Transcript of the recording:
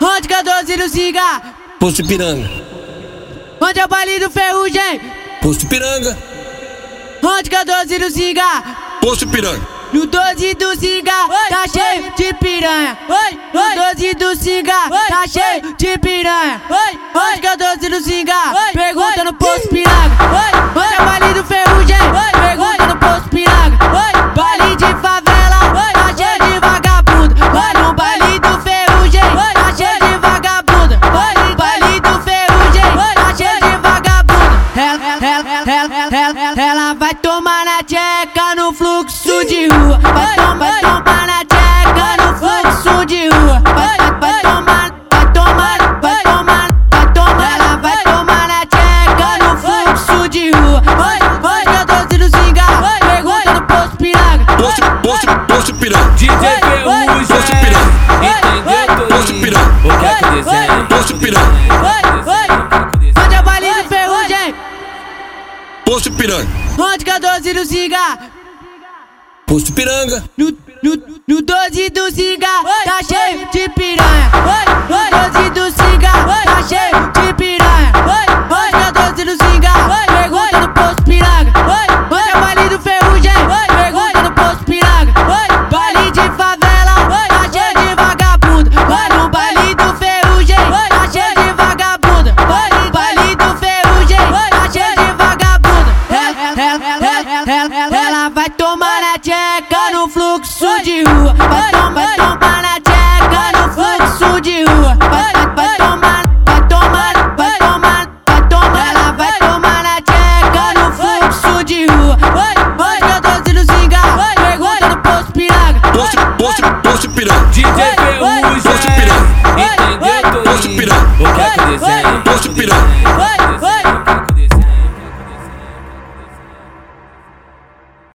Ótica 12 no Siga. Posto Ipiranga, Onde é o baile do ferrugem? Posto Ipiranga, Ótica 12 no Siga. Posto Ipiranga, No 12 do Siga, tá cheio de piranha. Oi, no 12 do Siga, tá cheio de piranha. Oi, Ótica 12 no Siga. Pergunta no posto piranga. Oi, onde é o baile do ferrugem? Pergunta no posto piranga. Oi, baile de favela, tá cheio de vagabundo. Olha no baile do ferrugem, tá cheio de vagabundo. Olha no baile do ferrugem, tá cheio de vagabundo. Ela, ela, ela, ela, ela, ela vai tomar na tcheca no fluxo de rua. Vai tomar, vai tomar na tcheca no fluxo de rua. Vai, vai, vai tomar, vai tomar, vai tomar, vai tomar. Ela vai tomar na tcheca no fluxo de rua. Vai, vai, tá já doze no cigarro. Pergunta no posto piranga. Posto, Posto, Posto Ipiranga, DJ Oi, oi, Ferrugem, Posto Ipiranga. Oi, Posto Ipiranga. entendeu Toninho? O que é que Oi, desenha? oi. Posto Ipiranga, Oi, oi, onde é o baile do ferrugem? Posto Ipiranga, Onde que a doze no cigarro? Posto Ipiranga, No, no, no 12 do Siga, tá cheio de piranha. No 12 do Siga, tá cheio de piranha. Olha 12 do Siga, pergunta no posto piranga. Olha o baile do ferrugem, um, pergunta no posto piranga. Baile de favela, tá cheio de vagabundo. Olha o baile do ferrugem, tá cheio de vagabundo. Olha o baile do ferrugem, tá cheio de vagabundo. Ela, ela, ela, ela, ela, ela vai tomar na tcheca no fluxo de rua. Vai tomar, vai tomar na tcheca no fluxo de rua. Vai, vai, vai tomar, vai tomar, vai tomar, vai tomar. Ela vai tomar na tcheca no fluxo de rua. Vai, vai, já doze no cigarro. Pergunta no posto piranga. Posto, Posto, Posto Ipiranga, DJ Oi, oi. Ferrugem, Posto Piranga. Posto entendeu Toninho? Piranga. O que é que desenha? Posto Ipiranga,